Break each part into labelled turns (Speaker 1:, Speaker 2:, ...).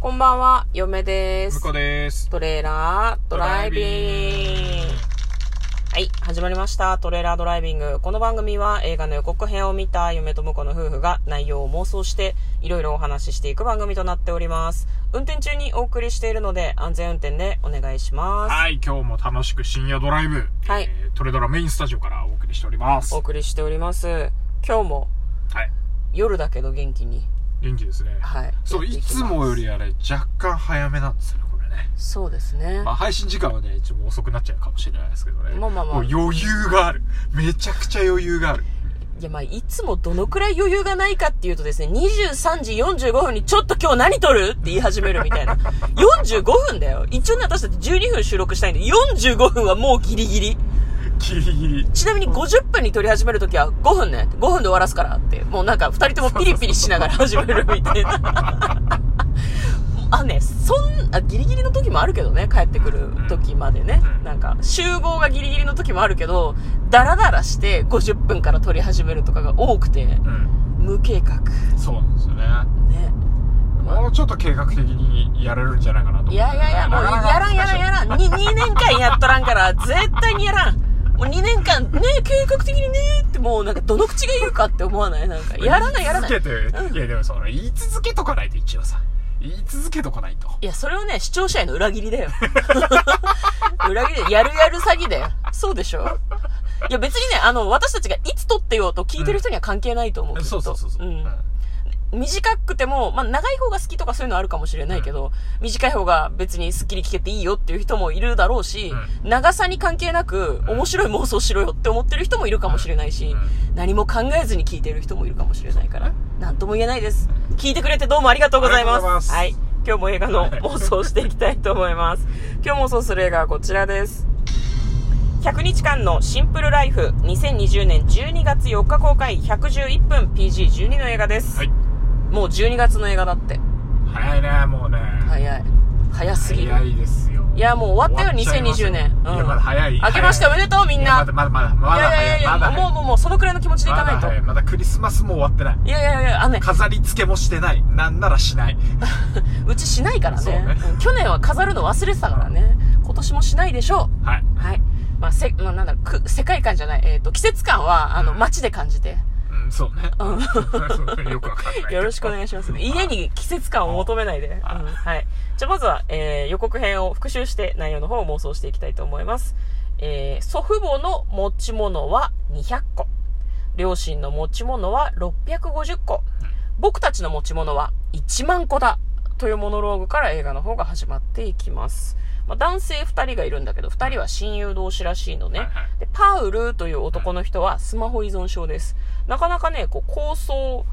Speaker 1: こんばんは、嫁です。
Speaker 2: 向こうです。
Speaker 1: トレーラードライビング。はい、始まりました。トレーラードライビング。この番組は映画の予告編を見た嫁と婿の夫婦が内容を妄想していろいろお話ししていく番組となっております。運転中にお送りしているので安全運転でお願いします。
Speaker 2: はい、今日も楽しく深夜ドライブ。
Speaker 1: はい
Speaker 2: えートレドラメインスタジオからお送りしております。
Speaker 1: お
Speaker 2: はい。
Speaker 1: 送りしております。今日も夜だけど元気に。
Speaker 2: 元気ですね。
Speaker 1: はい。
Speaker 2: そう、
Speaker 1: やって
Speaker 2: い
Speaker 1: きます
Speaker 2: つもよりあれ、若干早めなんですよね、これね。
Speaker 1: そうですね
Speaker 2: ま。あ、配信時間はね、ちょっと遅くなっちゃうかもしれないですけどね。
Speaker 1: まあまあまあ
Speaker 2: もう余裕がある。めちゃくちゃ余裕がある。
Speaker 1: いや、まあ、いつもどのくらい余裕がないかっていうとですね、23時45分にちょっと今日何撮るって言い始めるみたいな。45分だよ。一応ね、私たち12分収録したいんで、45分はもうギリギリ。
Speaker 2: ギリギリ。
Speaker 1: ちなみに50分に撮り始めるときは5分ね、5分で終わらすからって、もうなんか2人ともピリピリしながら始めるみたいな。 あね、そんあ、ギリギリの時もあるけどね、帰ってくる時までね。なんか、集合がギリギリの時もあるけど、ダラダラして50分から撮り始めるとかが多くて。
Speaker 2: うん。
Speaker 1: 無計画
Speaker 2: そうなんですよね。
Speaker 1: ね
Speaker 2: もうちょっと計画的にやれるんじゃないかなと思う。
Speaker 1: いやいやいやもうやらんやらんやらん 2, 2年間やっとらんから絶対にやらんもう2年間ね計画的にねってもうなんかどの口が言うかって思わないなんかやらないやらない
Speaker 2: 言い続けて、いやでもそれ言い続けとかないと一応さ。言い続けとかないと。
Speaker 1: いやそれはね視聴者への裏切りだよ 裏切りだよやるやる詐欺だよそうでしょいや別にねあの私たちがいつ撮ってようと聞いてる人には関係ないと思う、きっと
Speaker 2: そうそうそうそう。
Speaker 1: うん
Speaker 2: ん
Speaker 1: 短くても、まあ、長い方が好きとかそういうのあるかもしれないけど、短い方が別にスッキリ聞けていいよっていう人もいるだろうし、長さに関係なく面白い妄想しろよって思ってる人もいるかもしれないし、何も考えずに聞いてる人もいるかもしれないから、なんとも言えないです。聞いてくれてどうもありがとうございま。
Speaker 2: ありがとうございますす
Speaker 1: はい。今日も映画の妄想をしていきたいと思い ます。今日妄想する映画はこちらです。100日間のシンプルライフ2020年12月4日公開111分 PG12 の映画です。
Speaker 2: はい。
Speaker 1: もう12月の映画だって。
Speaker 2: 早いね、もうね。
Speaker 1: 早い。早すぎる。
Speaker 2: 早いですよ。
Speaker 1: いやもう終わったよ
Speaker 2: 終わっちゃいますよ
Speaker 1: 2020年うん
Speaker 2: いや、まだ早い。
Speaker 1: 明けましておめでとうみん
Speaker 2: いや
Speaker 1: な。
Speaker 2: まだまだまだ、ま
Speaker 1: い
Speaker 2: だ
Speaker 1: やい
Speaker 2: 早
Speaker 1: やい
Speaker 2: い。
Speaker 1: や
Speaker 2: ま
Speaker 1: いや、
Speaker 2: だ
Speaker 1: もう
Speaker 2: 早い。
Speaker 1: もうもうそのくらいの気持ちでい
Speaker 2: ま
Speaker 1: か
Speaker 2: だ
Speaker 1: ないと。
Speaker 2: 早い。まだクリスマスも終わってない。
Speaker 1: いやいやいや、あのね、
Speaker 2: 飾り付けもしてない。なんならしない。
Speaker 1: うちしないから
Speaker 2: そう
Speaker 1: ね
Speaker 2: ね
Speaker 1: うん去年は飾るの忘れてたからね。今年もしないでしょ
Speaker 2: はい。
Speaker 1: う。はい。まあ、せ、まあ、なんだろう、く世界観じゃない、えっ、と、季節感は、あの、街で感じて。
Speaker 2: うん、そうね。そうねよくわかんないけど。
Speaker 1: よろしくお願いします。家に季節感を求めないで。うん、
Speaker 2: あ
Speaker 1: はい。じゃあまずは、えー、予告編を復習して内容の方を妄想していきたいと思います。えー、祖父母の持ち物は200個。両親の持ち物は650個。僕たちの持ち物は1万個だ。というモノローグから映画の方が始まっていきます。まあ、男性2人がいるんだけど、2人は親友同士らしいのね。
Speaker 2: はいはい
Speaker 1: で、パウルという男の人はスマホ依存症です。なかなかね、こう、高層、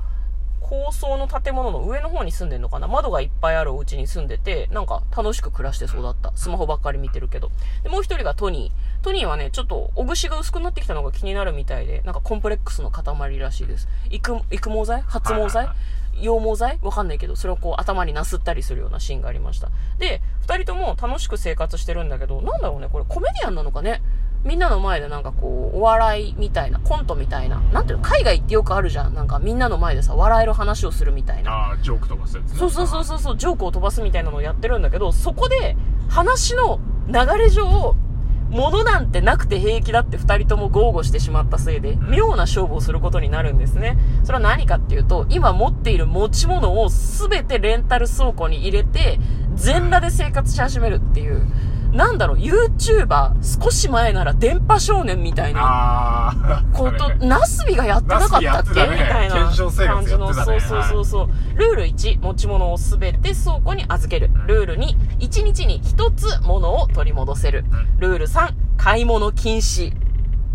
Speaker 1: 高層の建物の上の方に住んでんのかな窓がいっぱいあるお家に住んでて、なんか楽しく暮らしてそうだった。スマホばっかり見てるけど。で、もう一人がトニー。トニーはね、ちょっと、おぐしが薄くなってきたのが気になるみたいで、なんかコンプレックスの塊らしいです。育育毛剤発毛
Speaker 2: はい
Speaker 1: 剤
Speaker 2: はい
Speaker 1: 羊毛剤わかんないけど、それをこう頭になすったりするようなシーンがありました。で、二人とも楽しく生活してるんだけど、なんだろうね、これコメディアンなのかねみんなの前でなんかこう、お笑いみたいな、コントみたいな、なんていうの、海外ってよくあるじゃん。なんかみんなの前でさ、笑える話をするみたいな。
Speaker 2: ああ、ジョーク飛ばすやつね。
Speaker 1: そうそうそうそうそう、ジョークを飛ばすみたいなのをやってるんだけど、そこで話の流れ上、物なんてなくて平気だって二人とも豪語してしまったせいで、妙な勝負をすることになるんですね。それは何かっていうと、今持っている持ち物をすべてレンタル倉庫に入れて、全裸で生活し始めるっていう。なんだろう、YouTuber、少し前なら電波少年みたいな
Speaker 2: ああ。
Speaker 1: こと
Speaker 2: あれ、ね
Speaker 1: ナスビがやってなかったっけ
Speaker 2: ナスビやってたね
Speaker 1: みたいな
Speaker 2: 検証生
Speaker 1: 感
Speaker 2: 活
Speaker 1: じ
Speaker 2: や
Speaker 1: の、
Speaker 2: ってたね
Speaker 1: そうそうそうそう。ルール1、持ち物をすべて倉庫に預ける。ルール2、1日に1つ物を取り戻せる。ルール3、買い物禁止。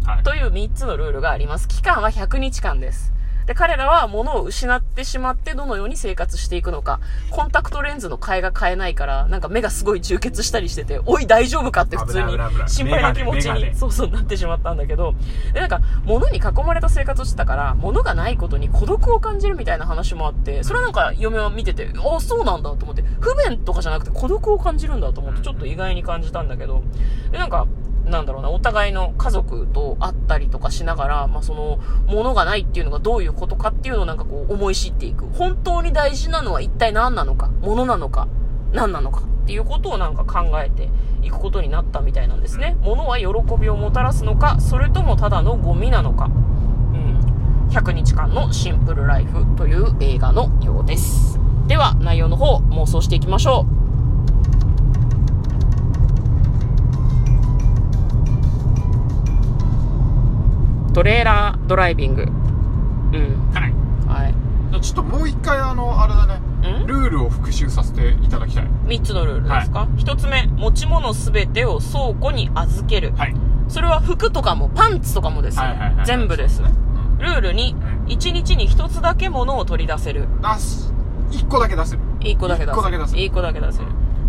Speaker 2: はい
Speaker 1: という3つのルールがあります。期間は100日間です。で、彼らは物を失ってしまってどのように生活していくのか。コンタクトレンズの替えが買えないから、なんか目がすごい充血したりしてて、おい大丈夫かって普通に
Speaker 2: 危ない危ない危ない
Speaker 1: 心配な気持ち
Speaker 2: メガネメガ
Speaker 1: に、
Speaker 2: ネ
Speaker 1: そうそうなってしまったんだけど、で、なんか物に囲まれた生活をしてたから、物がないことに孤独を感じるみたいな話もあって、それはなんか嫁は見てて、ああ、そうなんだと思って、不便とかじゃなくて孤独を感じるんだと思って、ちょっと意外に感じたんだけど、で、なんか、なんだろうな、お互いの家族と会ったりとかしながら、まあ、その、物がないっていうのがどういうことかっていうのをなんかこう思い知っていく。本当に大事なのは一体何なのか、物なのか、何なのかっていうことをなんか考えていくことになったみたいなんですね。物は喜びをもたらすのか、それともただのゴミなのか。うん。100日間のシンプルライフという映画のようです。では、内容の方妄想していきましょう。トレーラードライビング。うん。
Speaker 2: はい
Speaker 1: はい。
Speaker 2: じゃあちょっともう一回あのあれだね
Speaker 1: ん
Speaker 2: ルールを復習させていただきたい
Speaker 1: 3つのルールですか、一1つ目持ち物すべてを倉庫に預ける、
Speaker 2: はい
Speaker 1: それは服とかもパンツとかもですね、
Speaker 2: はいはいはい
Speaker 1: 全部です
Speaker 2: そうねうん
Speaker 1: ルールに
Speaker 2: ん
Speaker 1: 1日に1つだけ物を取り出せる
Speaker 2: 出す1個だけ出せる
Speaker 1: 1個だけ出せる
Speaker 2: 一個だけ出せる
Speaker 1: 一個だけ出せる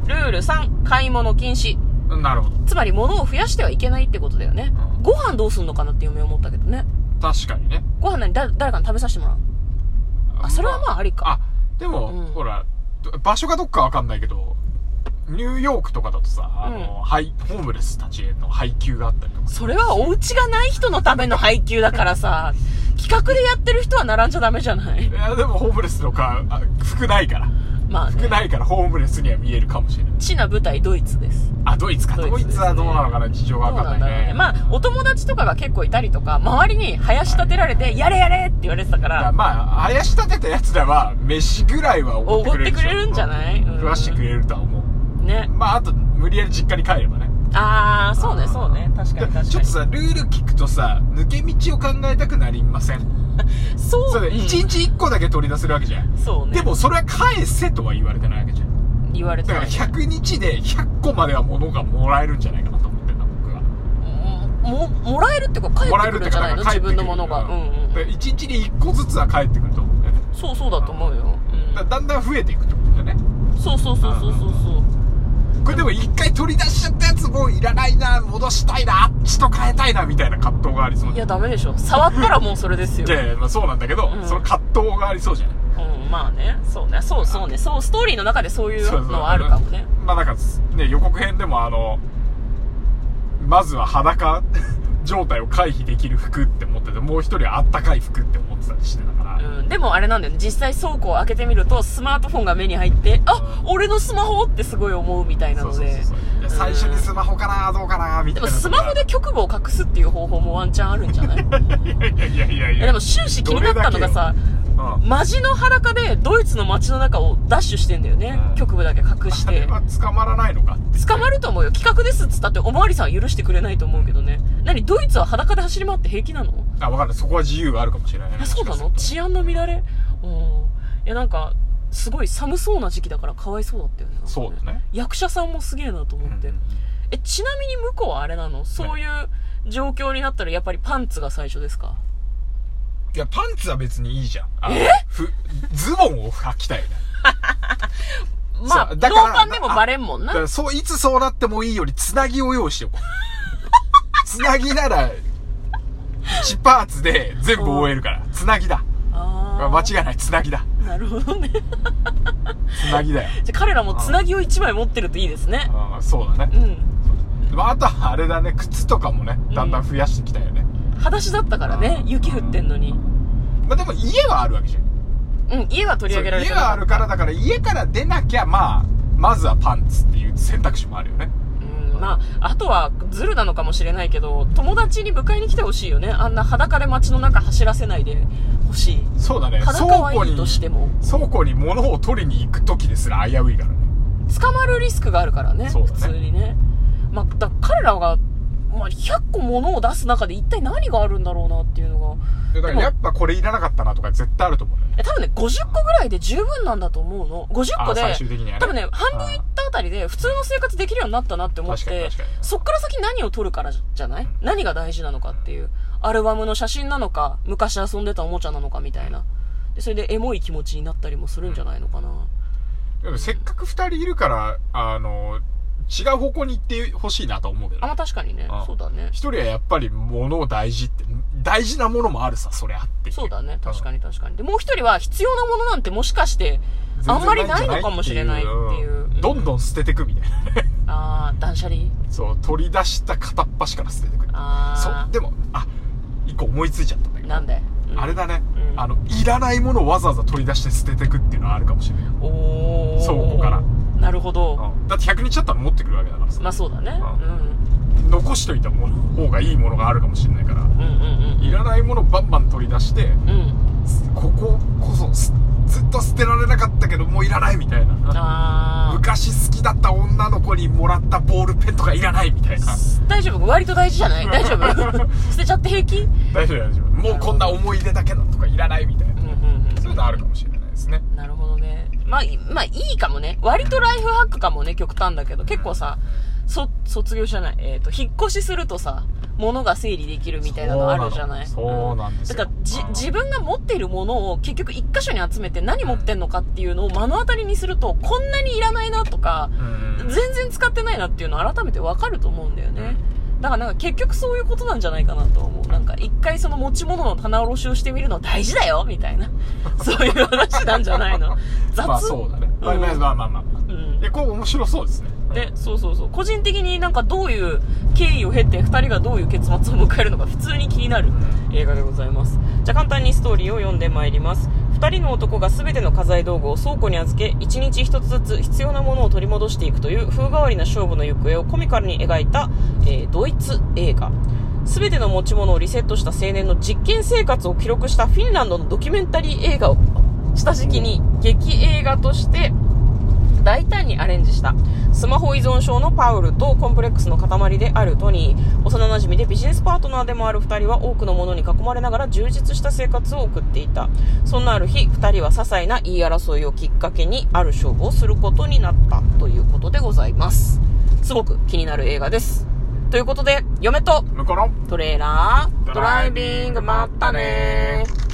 Speaker 1: ルール3買い物禁止
Speaker 2: うんなるほど
Speaker 1: つまり物を増やしてはいけないってことだよね、
Speaker 2: うん
Speaker 1: ご飯どうすんのかなって嫁思ったけどね
Speaker 2: 確かにね
Speaker 1: ご飯何だ誰かに食べさせてもらうあそれはまあありか
Speaker 2: あでも、
Speaker 1: うん
Speaker 2: ほらど場所がどっかわかんないけどニューヨークとかだとさあの、はいホームレスたちへの配給があったりとか
Speaker 1: それはお家がない人のための配給だからさ企画でやってる人は並んじゃダメじゃない
Speaker 2: いやでもホームレスとかあ服ないから
Speaker 1: まあ、ね
Speaker 2: 服、ないからホームレスには見えるかもしれない
Speaker 1: ちな舞台ドイツです
Speaker 2: あドイツかド
Speaker 1: ド
Speaker 2: イ
Speaker 1: イ
Speaker 2: ツ,、
Speaker 1: ツですね
Speaker 2: はどうなのかな事情が
Speaker 1: そう
Speaker 2: わか
Speaker 1: なん
Speaker 2: ん
Speaker 1: だ
Speaker 2: ない
Speaker 1: ろうね
Speaker 2: ね
Speaker 1: まあお友達とかが結構いたりとか周りに林立てられて「やれやれ!」って言われてたか
Speaker 2: だから
Speaker 1: ら
Speaker 2: まあ林立てたやつらは飯ぐらいはおごってくれるでしょ
Speaker 1: おごってくれるんじゃない
Speaker 2: うん
Speaker 1: うん
Speaker 2: 食わしてくれるとは思う
Speaker 1: ね
Speaker 2: まああと無理やり実家に帰ればね
Speaker 1: ああそうねそうね確かに確かに
Speaker 2: ちょっとさルール聞くとさ抜け道を考えたくなりません
Speaker 1: そう
Speaker 2: それ
Speaker 1: うん
Speaker 2: 1日1個だけ取り出せるわけじゃん、
Speaker 1: そうね
Speaker 2: でもそれは返せとは言われてないわけじゃん
Speaker 1: 言われて
Speaker 2: だ
Speaker 1: た
Speaker 2: から100日で100個までは物がもらえるんじゃないかなと思ってんだ僕
Speaker 1: も
Speaker 2: は
Speaker 1: もらえるっていうか
Speaker 2: もら
Speaker 1: 帰
Speaker 2: え
Speaker 1: って
Speaker 2: る
Speaker 1: くる
Speaker 2: って
Speaker 1: んじゃないの
Speaker 2: 返っ
Speaker 1: 自
Speaker 2: てく
Speaker 1: 分
Speaker 2: る
Speaker 1: のものがうんうん
Speaker 2: 1日に1個ずつは返ってくると思うんだよね
Speaker 1: そうそうだと思うよ、
Speaker 2: だだんだん増えていくってことだよね
Speaker 1: うん、そうそうそうそうそうそう
Speaker 2: これでも一回取り出しちゃったやつもういらないな戻したいなあっちと変えたいなみたいな葛藤がありそう
Speaker 1: い
Speaker 2: じ
Speaker 1: やダメでしょ触ったらもうそれ ですよ、
Speaker 2: ゃあまあそうなんだけど、
Speaker 1: うん
Speaker 2: その葛藤がありそうじゃない
Speaker 1: うん、まあねそうねそうそうねそうストーリーの中でそういう
Speaker 2: そうそう
Speaker 1: のはあるかもね
Speaker 2: まあなんかね予告編でもあのまずは裸 状態を回避できる服って思っててもう一人はあったかい服って思ってたりしてたから、
Speaker 1: うん、でもあれなんだよね実際倉庫を開けてみるとスマートフォンが目に入ってあ俺のスマホってすごい思うみたいな
Speaker 2: そう
Speaker 1: の
Speaker 2: そうそう
Speaker 1: で
Speaker 2: そういや最初にスマホかなどうかなみた
Speaker 1: で
Speaker 2: いな
Speaker 1: もスマホで局部を隠すっていう方法もワンチャンあるんじゃない
Speaker 2: いやいやいやい
Speaker 1: いや
Speaker 2: や
Speaker 1: でも終始気になったのがさ
Speaker 2: うん
Speaker 1: マジの裸でドイツの街の中をダッシュしてんだよね
Speaker 2: うん
Speaker 1: 局部だけ隠し
Speaker 2: あれ
Speaker 1: て
Speaker 2: は捕まらないのかって
Speaker 1: 捕まると思うよ企画ですっつったっておまわりさんは許してくれないと思うけどね何ドイツは裸で走り回って平気なの
Speaker 2: あ分かんないそこは自由があるかもしれないね
Speaker 1: あそうなの治安の乱れうんいやなんかすごい寒そうな時期だからかわいそうだったよね
Speaker 2: そうだね
Speaker 1: 役者さんもすげえなと思って、えちなみに向こうはあれなのそういう状況になったらやっぱりパンツが最初ですか
Speaker 2: いやパンツは別にいいじゃんあのふズボンを履きたいよね
Speaker 1: まあ
Speaker 2: そ
Speaker 1: 同
Speaker 2: うだから
Speaker 1: パンでもバレんもん
Speaker 2: だ
Speaker 1: な
Speaker 2: からそういつそうなってもいいよりつなぎを用意しておこうつなぎなら1パーツで全部終えるからつなぎだ
Speaker 1: あ
Speaker 2: 間違いないつなぎだ
Speaker 1: あなるほどねじゃ
Speaker 2: つなぎだよ
Speaker 1: あ彼らもつなぎを1枚持ってるといいですね
Speaker 2: あーそうだ
Speaker 1: う
Speaker 2: ね、
Speaker 1: ん
Speaker 2: まあ、あとはあれだね靴とかもねだんだん増やしてきたよね、
Speaker 1: 裸足だったからね
Speaker 2: うん
Speaker 1: 雪降ってんのに
Speaker 2: まあでも家はあるわけじゃん
Speaker 1: うん家は取り上げられて
Speaker 2: 家
Speaker 1: なか
Speaker 2: があ
Speaker 1: った
Speaker 2: るからだから家から出なきゃまあまずはパンツっていう選択肢もあるよね
Speaker 1: うんまあ、あとはズルなのかもしれないけど友達に迎えに来てほしいよねあんな裸で街の中走らせないでほしい
Speaker 2: そうだね
Speaker 1: 裸はいいとしても
Speaker 2: 倉庫に物を取りに行く時ですら危ういからね
Speaker 1: 捕まるリスクがあるからね
Speaker 2: そうだ
Speaker 1: 普
Speaker 2: ね
Speaker 1: 通にね、まあ、だ彼らが、まあ、100個物を出す中で一体何があるんだろうなっていうの
Speaker 2: だか
Speaker 1: で
Speaker 2: ら
Speaker 1: も
Speaker 2: やっぱこれいらなかったなとか絶対あると思うんだよね
Speaker 1: がえ多分ね50個ぐらいで十分なんだと思うの50個
Speaker 2: あ
Speaker 1: で
Speaker 2: 最終的にはね
Speaker 1: 多分ね半分いったあたりで普通の生活できるようになったなって思っ
Speaker 2: 確かに
Speaker 1: て
Speaker 2: 確かに
Speaker 1: そっから先何を撮るからじゃない何が大事なのかっていうアルバムの写真なのか昔遊んでたおもちゃなのかみたいなでそれでエモい気持ちになったりもするんじゃないのかな、
Speaker 2: でもせっかく2人いるからあの違う方向に行ってほしいなと思うけど
Speaker 1: あまあ確かにね
Speaker 2: あ
Speaker 1: そうだね
Speaker 2: 一人はやっぱり物を大事って大事なものもあるさそりゃってい
Speaker 1: そうだね確か
Speaker 2: に
Speaker 1: に確かにでもう一人は必要なものなんてもしかしてあんまりないのかもしれないっていう
Speaker 2: どん
Speaker 1: ん
Speaker 2: どん捨ててくみたいなね
Speaker 1: ああ断捨離
Speaker 2: そう取り出した片っ端から捨ててくるそう
Speaker 1: あ
Speaker 2: でもあ一個思いついちゃったんだけ
Speaker 1: あ
Speaker 2: ど
Speaker 1: なんで、うん
Speaker 2: あれだね、
Speaker 1: うん
Speaker 2: あのいらないものをわざわざ取り出して捨ててくっていうのはあるかもしれない
Speaker 1: おお
Speaker 2: 倉庫から
Speaker 1: なるほど。
Speaker 2: うんだって100日だったら持ってくるわけだからさ
Speaker 1: まあそうだね。
Speaker 2: う
Speaker 1: う
Speaker 2: 残しといたもの方がいいものがあるかもしれないから
Speaker 1: ん。うんうん
Speaker 2: いらないものバンバン取り出して
Speaker 1: うん。うん。
Speaker 2: こここそすずっと捨てられなかったけどもういらないみたいな
Speaker 1: あ
Speaker 2: 昔好きだった女の子にもらったボールペンとかいらないみたいな
Speaker 1: ー。大丈夫割と大事じゃ ない大丈夫 捨てちゃって平気うん
Speaker 2: 大丈夫大丈夫もうこんな思い出だけだとかいらないみたいな
Speaker 1: うんうん。
Speaker 2: そういうのあるかもしれないですね
Speaker 1: なるほどね。まあ、いまあ、いいかもね。割とライフハックかもね、極端だけど。結構さ、そ、卒業じゃない。えっ、と、引っ越しするとさ、物が整理できるみたいなのあるじゃない
Speaker 2: そうなのそうなんですよ
Speaker 1: だから、じ
Speaker 2: うん、
Speaker 1: 自分が持っているものを結局一箇所に集めて何持ってんのかっていうのを目の当たりにすると、こんなにいらないなとか、
Speaker 2: うん
Speaker 1: 全然使ってないなっていうの改めてわかると思うんだよね。だからなんか結局そういうことなんじゃないかなと思う。なんか一回その持ち物の棚卸しをしてみるの大事だよみたいな。そういう話なんじゃないの雑、
Speaker 2: まあそうだねまあまあまあまあまあまあ
Speaker 1: うん
Speaker 2: いやこれ面白そうですね
Speaker 1: ね、そうそうそう。個人的になんかどういう経緯を経て二人がどういう結末を迎えるのか普通に気になる映画でございます。じゃあ簡単にストーリーを読んでまいります。二人の男が全ての家財道具を倉庫に預け、一日一つずつ必要なものを取り戻していくという風変わりな勝負の行方をコミカルに描いた、えードイツ映画。全ての持ち物をリセットした青年の実験生活を記録したフィンランドのドキュメンタリー映画を下敷きに劇映画として大胆にアレンジしたスマホ依存症のパウルとコンプレックスの塊であるトニー幼なじみでビジネスパートナーでもある2人は多くのものに囲まれながら充実した生活を送っていたそんなある日2人は些細な言い争いをきっかけにある勝負をすることになったということでございますすごく気になる映画ですということで嫁と
Speaker 2: 向こうの
Speaker 1: トレーラード
Speaker 2: ド
Speaker 1: ラ
Speaker 2: ラ
Speaker 1: イ
Speaker 2: イ
Speaker 1: ビ
Speaker 2: ビ
Speaker 1: ン
Speaker 2: ン
Speaker 1: グ
Speaker 2: グ
Speaker 1: ま
Speaker 2: ま
Speaker 1: っ
Speaker 2: ったた
Speaker 1: ね
Speaker 2: ね